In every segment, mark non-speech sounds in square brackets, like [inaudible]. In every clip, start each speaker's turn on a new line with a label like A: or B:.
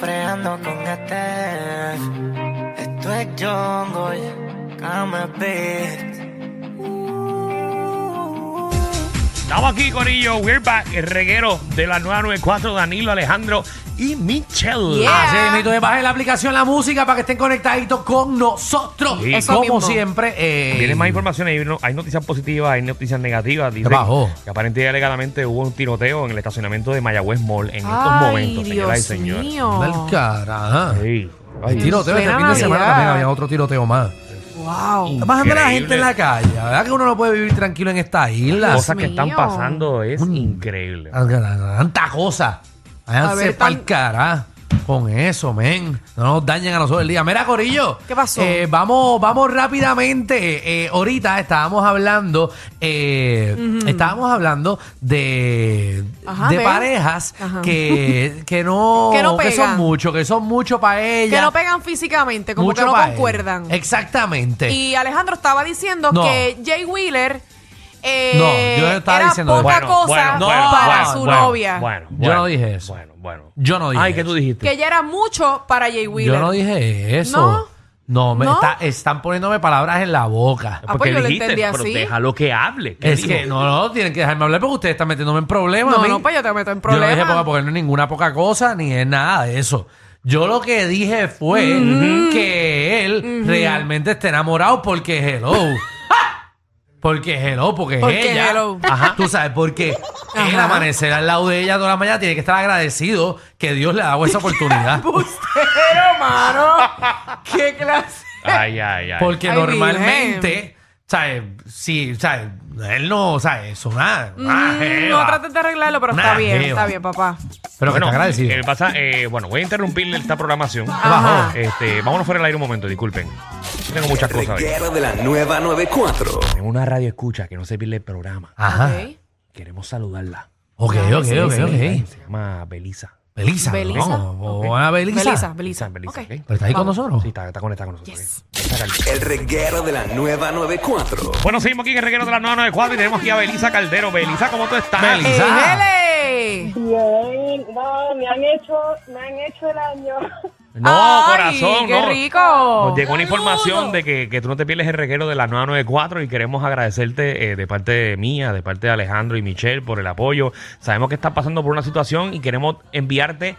A: Hablando con Estef. Esto es Jungle, Cama Beat.
B: Estamos aquí, Corillo. We're back. El reguero de la 994, Danilo, Alejandro y Michelle. Ah,
C: Yeah.
D: Así es, mito, bajen la aplicación La Música para que estén conectaditos con nosotros.
B: Sí. Eso
D: Como
C: mismo.
D: siempre. eh,
B: Vienen más informaciones. Hay no- Hay noticias positivas, hay noticias negativas. Dicen
D: bajó?
B: que aparentemente y alegadamente hubo un tiroteo en el estacionamiento de Mayagüez Mall en estos
C: Ay,
B: momentos, señoras y
C: Dios
B: señores.
C: mío.
D: Mal cara, ajá.
B: Sí. Ay,
D: El tiroteo este
C: Plena
D: fin de semana
C: Navidad.
D: también había otro tiroteo más.
C: Wow.
D: Está bajando la
B: Increíble.
D: gente en la calle. La verdad que uno no puede vivir tranquilo en esta isla.
B: Cosas que están
C: mío.
B: pasando es
D: Mm.
B: increíble.
D: Tanta cosa. Váyanse
C: ver,
D: pa'l
C: tan-
D: cara con eso, men. No nos dañen a nosotros el día. Mira, Corillo.
C: ¿Qué pasó?
D: eh, vamos, vamos rápidamente. Eh, ahorita estábamos hablando, eh, estábamos hablando de,
C: Ajá,
D: de
C: ve.
D: parejas
C: Ajá.
D: que, que no,
C: [laughs] Que no
D: son
C: pegan.
D: mucho, que son mucho para ella.
C: Que no pegan físicamente, como
D: mucho
C: que no
D: pa' él.
C: concuerdan.
D: Exactamente.
C: Y Alejandro estaba diciendo
D: No.
C: que Jay Wheeler eh,
D: No, yo no estaba
C: era
D: diciendo eso.
C: poca
D: Bueno,
C: cosa para
D: bueno,
C: su
D: bueno,
C: novia.
B: Bueno,
D: Yo
B: bueno,
D: no dije eso.
B: Bueno, bueno.
D: Yo no dije
B: Ay, ¿qué
D: eso.
B: tú dijiste?
C: Que ella era mucho para Jay Wheeler.
D: Yo no dije eso.
C: ¿No?
D: No, me
C: ¿No?
D: está- están poniéndome palabras en la boca.
C: Ah, pues yo lo entendí
B: pero
C: así.
B: déjalo que hable. ¿Qué
D: Es
B: dijo?
D: que no, no, tienen que dejarme hablar porque ustedes están metiéndome en problemas.
C: no,
D: men.
C: no, pues yo te meto
D: Yo
C: en
D: no
C: problemas.
D: dije poca porque no es ninguna poca cosa ni es nada de eso. Yo lo que dije fue que él realmente está enamorado porque
C: [laughs]
D: hello. Porque hello, porque,
C: Porque
D: ella.
C: hello.
D: Ajá. Tú sabes, porque el
C: Ajá.
D: amanecer al lado de ella toda la mañana tiene que estar agradecido que Dios le ha dado esa
C: [laughs]
D: oportunidad.
C: Pero,
B: [laughs]
C: mano, qué clase.
B: Ay, ay, ay.
D: Porque
C: Ay,
D: normalmente, ¿sabes? Sí, ¿sabes? Él no, ¿sabes? Eso, nada.
B: Ah,
D: una
C: Mm,
D: jeva.
C: no trates de arreglarlo, pero
D: Una
C: está bien,
D: jeva.
C: está bien, papá.
D: Pero que
B: bueno,
D: está agradecido.
B: eh, pasa, eh, bueno, voy a interrumpirle esta programación.
C: Ajá.
B: Este, vámonos fuera del aire un momento, disculpen. Tengo muchas cosas. hoy.
E: Reguero de la nueva 94.
B: Tengo una radio escucha que no se pierde el programa.
D: Ajá.
C: Ok.
B: Queremos saludarla.
D: Ok, ok, ok, ok.
B: Se llama Belisa.
D: Belisa.
C: Belisa.
D: ¿no?
C: Ok.
D: Buena Belisa.
C: Belisa,
B: Belisa,
C: Belisa.
B: Belisa.
C: Ok.
B: ¿ok?
D: Pero está ahí con nosotros.
B: Sí, está, está conectada con nosotros.
C: Yes.
B: ¿ok? Está calma.
E: El reguero de la nueva 94.
B: Bueno, seguimos aquí en el reguero de la 994 y tenemos aquí a Belisa Caldero. Belisa, ¿cómo tú estás?
D: Beli.
C: ¡Ey,
D: Belisa.
C: Hele!
F: Bien, no, me han hecho, me han hecho el año.
B: No,
C: Ay,
B: corazón,
C: qué
B: no.
C: rico.
D: Oh,
B: Nos llegó una información de que, que tú no te pierdes el reguero de la 994 y queremos agradecerte eh, de parte mía, de parte de Alejandro y Michelle por el apoyo. Sabemos que estás pasando por una situación y queremos enviarte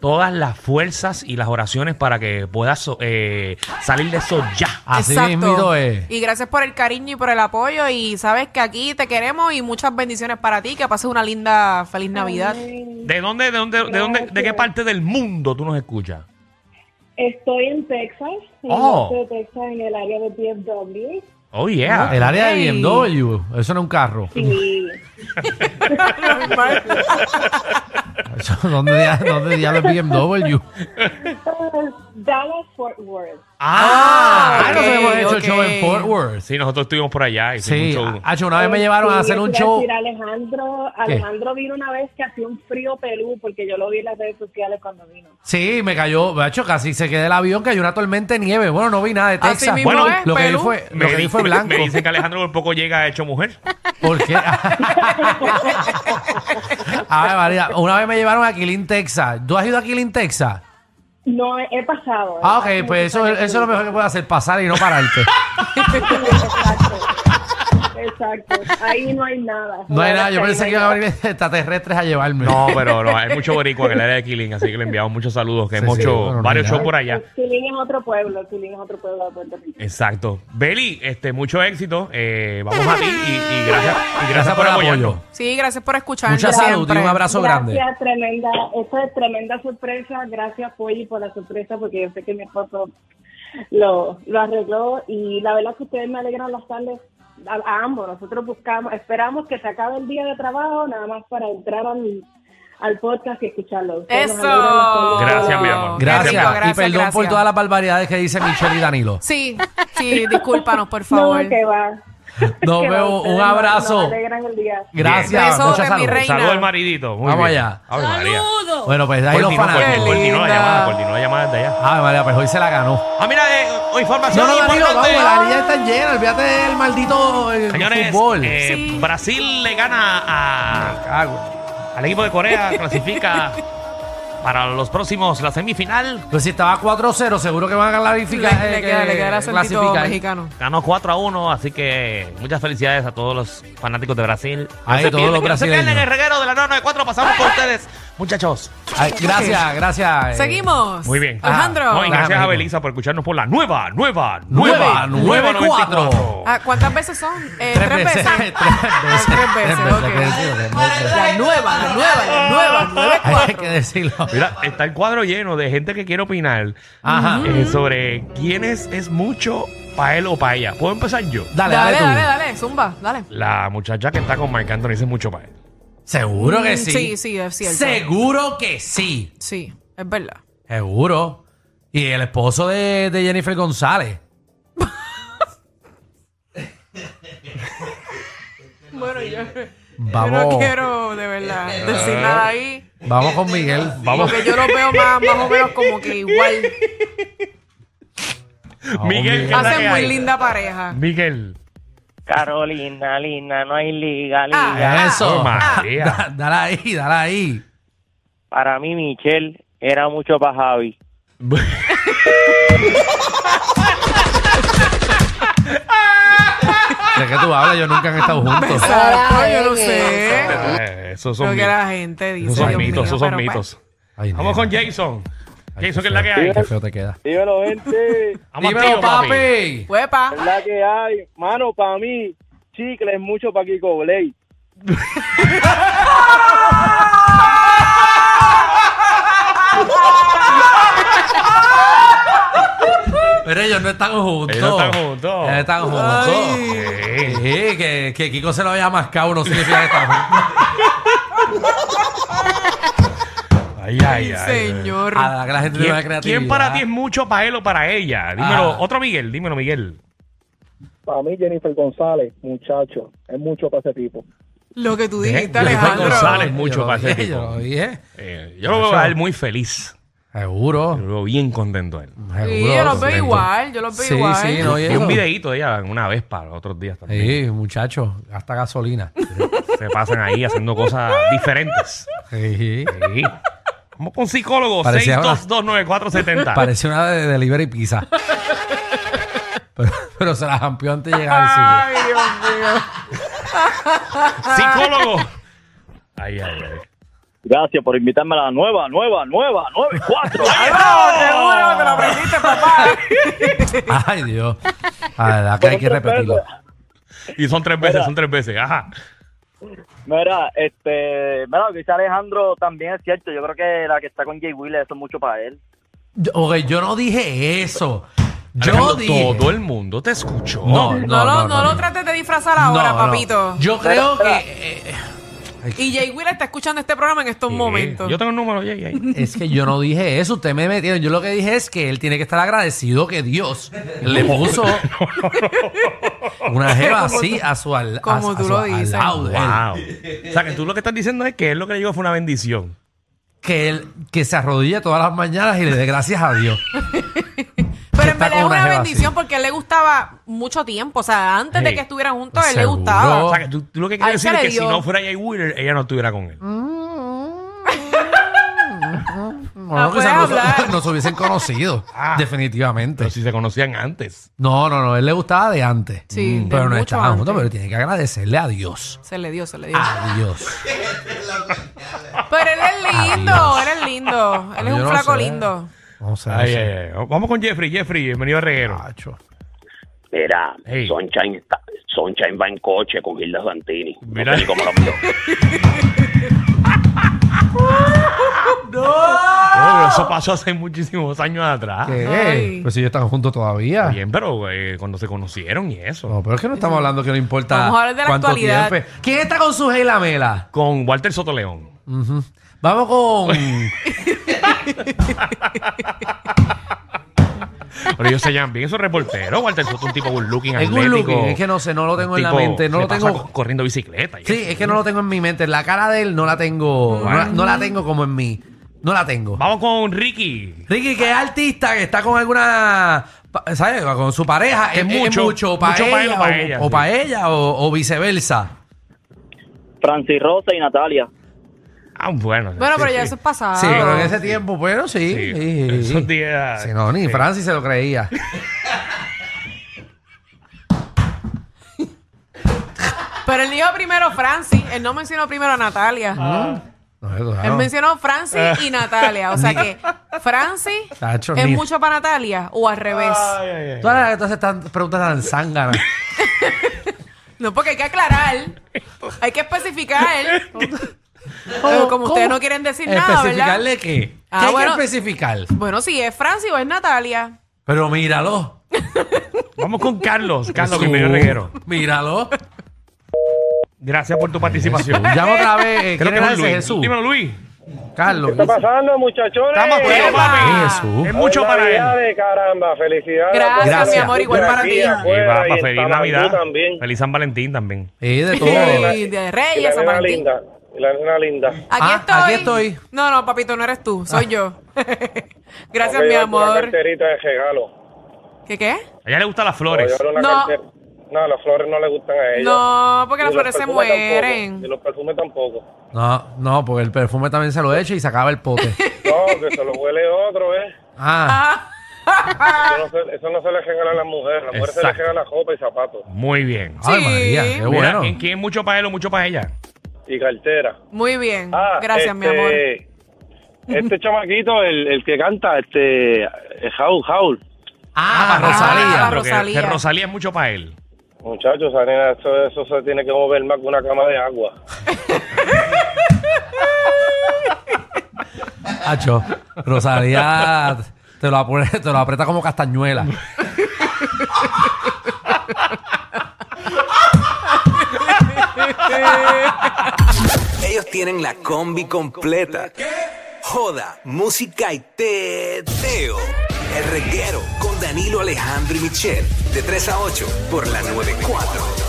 B: todas las fuerzas y las oraciones para que puedas so- eh, salir de eso ya.
D: Así mismito es.
C: Y gracias por el cariño y por el apoyo. Y sabes que aquí te queremos y muchas bendiciones para ti. Que pases una linda, feliz Navidad. [laughs]
B: ¿De dónde, de dónde, de dónde, de qué parte del mundo tú nos escuchas?
F: [laughs] Estoy en Texas, en
B: Oh.
F: el norte de Texas, en el área de DFW.
B: Oh, yeah.
D: Ah, El área de
C: Ey.
D: BMW. Eso no es un carro.
F: Sí,
D: Eso, ¿Dónde dia- dónde diablos es
C: [laughs]
D: BMW? Mm.
F: pues, Dallas Fort Worth.
B: Ah,
D: Ah, nosotros hemos hecho
C: ok.
D: el show en Fort Worth.
B: sí, nosotros estuvimos por allá. y
D: Sí,
B: hicimos un show.
D: Hacho, una vez me llevaron a
F: Eh, Sí,
D: hacer
F: yo
D: un
F: te iba a
D: show.
F: decir, Alejandro, Alejandro vino una vez que hacía un frío Perú, porque yo lo vi en las redes sociales cuando vino.
D: Sí, me cayó, macho, casi se quedé el avión, cayó una tormenta de nieve. Bueno, no vi nada de
C: Así
D: Texas.
C: mismo
D: bueno,
C: es,
D: lo que vi
C: Perú.
D: fue, lo que vi
B: di-
D: fue blanco.
B: me dice que Alejandro por poco llega hecho mujer.
D: Porque. [laughs] a ver, María, una vez me llevaron a Killeen, Texas. ¿Tú has ido a Killeen, Texas?
F: No, he, he pasado.
D: Ah, ok, pues eso, eso es lo mejor que puedes hacer, pasar y no
B: [laughs]
D: pararte.
F: Exacto. Exacto. Ahí no hay nada.
D: No hay nada, yo
F: Ahí
D: pensé
F: no
D: que
F: hay
D: iban a
F: nada.
D: venir extraterrestres a llevarme.
B: No, pero no, hay mucho boricua en el área de Killing, así que le enviamos muchos saludos, que
D: Sí,
B: hemos
D: sí,
B: hecho
D: bueno,
B: varios
D: olvidado.
B: shows por allá.
F: Quilín es otro pueblo, Quilín es otro pueblo de Puerto Rico.
B: Exacto. Beli, este, mucho éxito. eh, vamos a ti y, y gracias, y gracias, por
D: el
B: apoyarnos.
D: apoyo.
C: Sí, gracias por escucharnos.
D: Mucha salud y
C: siempre.
D: un abrazo grande.
F: Gracias, tremenda, esto es tremenda sorpresa. Gracias, Polly, por la sorpresa, porque yo sé que mi esposo lo, lo arregló. Y la verdad es que ustedes me alegran las tardes a, a ambos. Nosotros buscamos, esperamos que se acabe el día de trabajo, nada más para entrar al, al podcast y escucharlo. Ustedes nos
C: Eso.
F: alegran las tardes.
B: Gracias, mi amor.
D: Gracias.
B: Gracias,
D: y perdón por todas las barbaridades que dicen Michelle y Danilo.
C: Sí, sí, discúlpanos, por favor.
F: [laughs] No, que va.
D: Nos
F: [laughs] Que va,
D: vemos.
F: ustedes
D: Un
F: nos- nos
D: abrazo.
F: alegran el día.
D: Gracias.
C: Besote,
D: Mucha
C: mi
D: salud.
C: reina.
B: Saludos al maridito. Muy
D: Vamos
B: bien.
D: allá.
B: Ave María.
D: Bueno, pues ahí los
B: Coordinó, coordinó,
D: fanáticos.
B: coordinó la
C: Linda.
B: llamada, coordinó la llamada desde allá.
D: Ay, María, pues hoy se la ganó.
B: Ah, mira, eh, oh, información
D: No, no, Danilo, vamos,
B: importante.
D: la liga está llena. Olvídate del maldito eh,
B: Señores,
D: fútbol.
B: eh,
C: Sí.
B: Brasil le gana a,
D: Cago.
B: al equipo de Corea, clasifica para los próximos, la semifinal.
D: Pues si estaba 4-0, seguro que van a clasificar.
C: Le,
D: eh,
C: le queda,
D: que-
C: le queda el acentito
D: clasificar.
C: mexicano.
B: Ganó 4 a 1, así que muchas felicidades a todos los fanáticos de Brasil.
D: Ahí,
B: se
D: todos
B: pierdan,
D: los
B: que no se pierdan
D: brasileños.
B: el reguero de la 994, pasamos por ustedes, muchachos.
D: Ay, gracias, gracias. eh.
C: Seguimos.
B: Muy bien. Ah,
C: Alejandro.
B: No, y gracias
D: Ajá,
B: a
D: amigo.
B: Belisa por escucharnos por la nueva, nueva, nueva,
D: Nueva, nueve,
B: 94.
D: cuatro.
C: Ah, ¿Cuántas veces son? Eh, tres,
D: [laughs]
C: veces. Ah,
D: Tres veces. Tres veces. hay que decirlo, tres
C: ok.
D: veces.
C: La nueva, la nueva, la nueva, la nueva.
D: Hay que decirlo.
B: Mira, está el cuadro lleno de gente que quiere opinar
D: Ajá.
B: eh, sobre quiénes es mucho para él o para ella. ¿Puedo empezar yo?
D: Dale, dale,
C: Dale,
D: tú.
C: dale, dale, zumba, dale.
B: La muchacha que está con Marc Anthony dice mucho para él.
D: Seguro que
C: Mm,
D: sí.
C: sí, sí, es cierto.
D: Seguro que sí.
C: Sí, es verdad.
D: Seguro. Y el esposo de, de Jennifer González.
C: Bueno, yo,
D: Vamos.
C: no quiero de verdad
B: Eh,
C: decir nada ahí.
D: Vamos con
C: [laughs]
D: Miguel. Vamos.
C: Porque yo lo veo más, más o menos como que igual.
D: vamos,
B: Miguel, ¿qué
C: Hacen muy
B: hay?
C: linda pareja.
B: Miguel.
G: Carolina, linda, no hay liga, liga.
C: Ah,
D: Eso.
B: Oh, María.
D: [laughs] Da- dale ahí, dale ahí.
G: Para mí, Michelle era mucho para Javi.
D: ¿De qué tú hablas? Yo nunca han
C: [laughs]
D: estado juntos.
C: Exacto, ah, yo no sé.
B: Eh, esos son
C: Lo que
B: mitos.
C: la gente dice.
B: Esos son
C: Dios mío,
B: mitos, esos son
C: pero pues,
B: mitos.
D: Ay,
B: Vamos con
D: nena.
B: Jason.
D: Ay,
B: Jason,
D: qué
B: ¿qué es la que
D: feo.
B: hay?
D: Qué feo te queda.
G: Dímelo, gente,
B: Vamos
D: Dímelo,
B: activo,
D: papi.
C: Huepa.
G: la que hay. Mano, para mí, chicle es mucho para Kiko Blade.
D: Pero ellos no están juntos.
B: Ellos no están juntos.
D: Ellos están juntos.
B: Ay.
D: Sí, que, que Kiko se lo haya mascado no significa que están juntos.
B: Ay, ay, ay.
C: Señor.
D: A la que la gente tiene una
B: ¿Quién,
D: creatividad.
B: quién para ti es mucho para él o para ella? Dímelo,
D: Ah.
B: otro Miguel, dímelo, Miguel.
G: Para mí, Jennifer González, muchacho, es mucho para ese tipo.
C: Lo que tú
B: Eh,
C: dijiste,
B: Jennifer
C: Alejandro.
B: González.
D: Yo
B: mucho
D: lo
B: para ese
D: dije,
B: tipo.
D: Yo lo dije.
B: Eh, yo lo veo a él muy feliz. Yo
D: Seguro.
B: lo veo bien contento a él.
C: Sí,
D: Seguro.
C: yo los veo
D: seguro.
C: igual, yo los veo
D: Sí,
C: igual.
D: sí, no, y
B: Y un
D: eso.
B: videíto de ella una vez para los otros días también.
D: Sí, muchacho, hasta gasolina.
B: Se pasan ahí haciendo cosas diferentes.
D: Sí.
B: Sí. Vamos con psicólogo
D: Parecía una-
B: 6229470.
D: Parece una de delivery pizza. pero, pero se la jampió antes de llegar al sitio.
C: Ay, Dios mío.
B: Psicólogo. Ay, ay, ay.
G: Gracias por invitarme a la nueva, nueva, nueva, nueve,
B: [laughs]
G: cuatro.
C: No, seguro te lo aprendiste, papá.
D: Ay, Dios. La verdad que hay que repetirlo.
B: Y son tres veces, son tres veces. Ajá.
G: Mira, este, mira, lo que dice Alejandro también es cierto. Yo creo que la que está con Jay Wheeler, eso es mucho para él.
D: Yo- ok, yo no dije eso. Yo
B: Alejandro,
D: dije.
B: Todo el mundo te escuchó.
D: No,
C: No, lo, no, lo trates de disfrazar
D: No,
C: ahora,
D: no.
C: papito.
D: Yo creo que. eh,
C: Y Jay Wheeler está escuchando este programa en estos
B: Sí.
C: momentos.
B: Yo tengo el número, Jay. ahí.
D: es que yo no dije eso. Usted me metieron. Yo lo que dije es que él tiene que estar agradecido que Dios le puso una jeva así a su al, a-
C: Como
D: a
C: tú
D: su-
C: lo
D: al
C: dices.
D: lado de él.
B: Wow. O sea, que tú lo que estás diciendo es que él lo que le llegó fue una bendición.
D: Que él que se arrodille todas las mañanas y le dé gracias a Dios.
C: Ah,
D: que
C: Pero en
D: está
C: verdad es
D: con una
C: una
D: jeva
C: bendición porque a él le gustaba mucho tiempo. O sea, antes de
B: Sí.
C: que estuvieran juntos, a él le
D: Seguro.
B: O
C: gustaba.
B: sea, que tú, tú lo que
C: A él
B: quieres
C: se
B: decir es
C: le
B: que si
C: dio.
B: no fuera Jay Wheeler, ella no estuviera con él.
D: Bueno,
C: Ah,
D: quizás
C: puedes
D: nos,
C: hablar.
D: [laughs] nos hubiesen conocido,
B: Ah.
D: definitivamente.
B: Pero si se conocían antes.
D: No, no, no, él le gustaba de antes.
C: Sí, de
D: pero no
C: mucho
D: estaba juntos,
C: antes.
D: pero tiene que agradecerle a Dios.
C: Se le dio, se le dio.
D: A Dios.
C: Pero él es lindo,
D: Adiós.
C: él es lindo. Él es
D: Ah, Yo
C: un
D: no
C: flaco
D: sé.
C: lindo.
D: Vamos a
B: Ay,
D: ver.
B: ay, ay. Vamos con Jeffrey. Jeffrey, bienvenido a Reguero.
H: Mira,
B: Hey.
H: Sunshine, está- Sunshine va en coche con Gilda Santini.
B: Mira.
H: No sé ni cómo lo vio.
B: Oh, pero eso pasó hace muchísimos años
C: Ah,
B: atrás.
D: ¿Qué?
C: Ay.
D: Pero si ellos están juntos todavía.
B: Bien, pero eh, cuando se conocieron y eso.
D: No, pero es que no estamos hablando que no importa
C: Vamos a hablar de la
D: cuánto
C: actualidad.
D: tiempo. ¿Quién está con su Heila Mela?
B: Con Walter Sotoleón.
D: Ujú. Vamos
B: [laughs]
D: con.
B: Pero ellos se llaman bien esos reporteros. Walter Soto, un tipo good looking,
D: Es good
B: atlético.
D: looking, es que no sé, no lo tengo en la
B: Tipo,
D: mente, no
B: se
D: lo
B: pasa
D: tengo-
B: co- corriendo bicicleta. y
D: Sí, eh.
B: eso.
D: es que no lo tengo en mi mente. La cara de él no la tengo. No, la- no la tengo como en mí. No la tengo.
B: Vamos con Ricky.
D: Ricky, que es artista que está con alguna. pa- ¿Sabes? Con su pareja. Es,
B: Es
D: mucho.
B: mucho,
D: mucho para
B: mucho pa' él
D: ella,
B: o pa'
D: o-
B: ella,
D: O
B: sí.
D: para ella o, o viceversa.
G: Francis Rosa y Natalia.
B: Ah, bueno.
C: Bueno, pero ya
B: sí.
C: eso es pasado.
D: Sí, pero en ese tiempo, bueno, sí.
B: Sí,
D: sí, sí.
B: esos días-
D: Sí, no, ni
B: sí.
D: Francis se
B: [laughs]
D: lo creía.
C: Pero él dijo primero Francis, él no mencionó primero a Natalia.
D: Ah, No, eso,
C: Él
D: claro.
C: mencionó Francis
D: [laughs]
C: y Natalia. O sea que Francis
D: Tacho,
C: es
D: ni-
C: mucho para Natalia o al revés.
B: Ay, ay, ay.
D: Tú ahora tú haces tan- preguntas tan
C: [laughs]
D: zánganas.
C: No, porque hay que aclarar. Hay que especificar.
D: [laughs]
C: Pero como ustedes no quieren decir nada, ¿verdad?
D: ¿Especificarle qué?
C: Ah,
D: ¿Qué hay
C: bueno.
D: que especificar?
C: Bueno, si es Francis o es Natalia.
D: Pero míralo.
B: Vamos con Carlos. Carlos,
D: Jesús,
B: bienvenido al reguero.
D: Míralo.
B: Gracias por tu participación.
D: Llama otra vez. eh,
B: Creo
D: ¿Quién
B: que
D: era
B: es
D: ese
B: Luis.
D: Jesús?
B: Dímelo, Luis.
D: Carlos.
I: ¿Qué está pasando, muchachones?
B: Estamos
C: ¡Epa!
B: pero, papi.
D: Jesús.
B: Es mucho
I: Feliz
B: para
I: Navidad
B: él.
I: de caramba, felicidades.
C: Gracias,
D: Gracias.
C: mi amor, igual
I: Por
C: para
I: aquí,
C: ti.
I: afuera,
B: Y va
I: y
B: para
I: en
B: feliz
I: Tamazú
B: Navidad.
I: también.
B: Feliz San Valentín también.
D: Sí, de todo.
C: Y de
I: Y la
C: Reyes, San
I: nena
C: Valentín.
I: linda, y la nena linda.
C: Aquí
D: Ah,
C: estoy.
D: aquí estoy. Ah.
C: No, no, papito, no eres tú, soy yo. [laughs] Gracias,
I: Voy a
C: mi
I: llevar Una
C: amor.
I: carterita de regalo.
C: ¿Qué qué?
I: Eh,
B: A ella le gustan las
I: Voy a
B: flores.
I: llevar una
C: No.
I: carter- No, las flores no le gustan a ella.
C: No, porque las flores se
I: Y
C: mueren.
I: los perfumes tampoco.
D: No, no, porque el perfume también se lo echa y se acaba el
C: [laughs]
D: pote.
I: No, que se lo huele otro, ¿eh?
D: Ah,
C: Ah,
I: Eso no se, eso no se le regala a las mujeres. A las mujeres se les
B: Exacto.
I: regala ropa y zapatos.
B: Muy bien.
D: ay
C: sí.
D: María, qué
B: Mira,
D: bueno.
B: ¿en ¿Quién es mucho para él o mucho para ella?
I: Y cartera.
C: muy bien.
I: Ah,
C: Gracias, mi
I: este-
C: amor.
I: Este chamaquito, el, el que canta, este, Howl, Howl.
D: Ah, para Rosalía.
C: para
B: Pero que-
C: Rosalía.
B: Que, Rosalía es mucho para él.
I: Muchachos, esa nena, eso, eso se tiene que mover más que una cama de agua.
D: Acho, Rosalía te lo, apure- te lo aprieta como castañuela.
E: Ellos tienen la combi completa. Joda, música y teo. El reguero con Danilo Alejandro y Michel. De 3 a 8 por la 94.